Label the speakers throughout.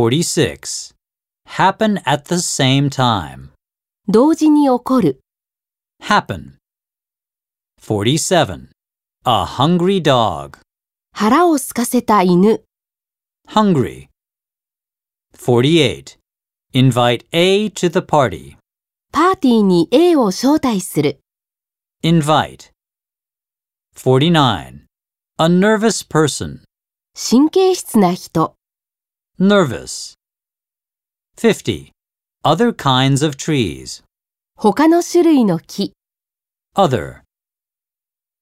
Speaker 1: 46. Happen at the same time.
Speaker 2: 同時に起こる。
Speaker 1: Happen. 47. A hungry dog.
Speaker 2: 腹を空かせた犬。
Speaker 1: Hungry. 48. Invite A to the party.
Speaker 2: パーティーに A を招待する。
Speaker 1: Invite. 49. A nervous person.
Speaker 2: 神経質な人。
Speaker 1: Nervous. 50. Other kinds of trees.
Speaker 2: 他の種類の木。
Speaker 1: Other.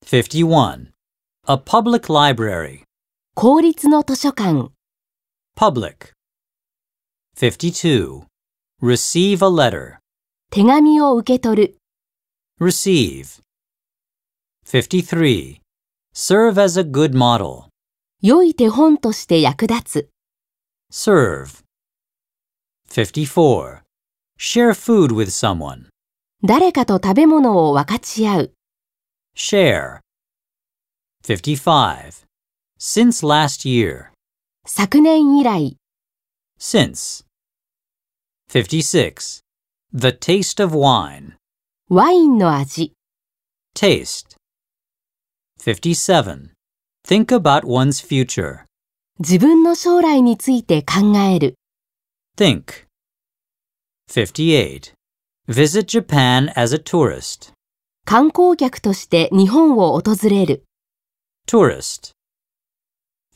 Speaker 1: 51. A public library.
Speaker 2: 公立の図書館。
Speaker 1: Public. 52. Receive a letter.
Speaker 2: 手紙を受け取る。
Speaker 1: Receive. 53. Serve as a good model.
Speaker 2: 良い手本として役立つ。
Speaker 1: Serve. 54. Share food with someone.
Speaker 2: 誰かと食べ物を分かち合う。
Speaker 1: Share. 55. Since last year.
Speaker 2: 昨年以来。
Speaker 1: Since. 56. The taste of wine.
Speaker 2: ワインの味。
Speaker 1: Taste. 57. Think about one's future.
Speaker 2: 自分の将来について考える。
Speaker 1: Think. 58. Visit Japan as a tourist.
Speaker 2: 観光客として日本を訪れる。
Speaker 1: Tourist.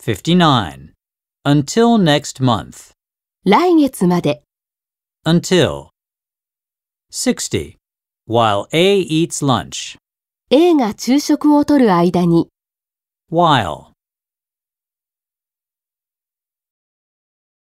Speaker 1: 59. Until next month.
Speaker 2: 来月まで。
Speaker 1: Until. 60. While A eats lunch.
Speaker 2: A が昼食をとる間に。
Speaker 1: While.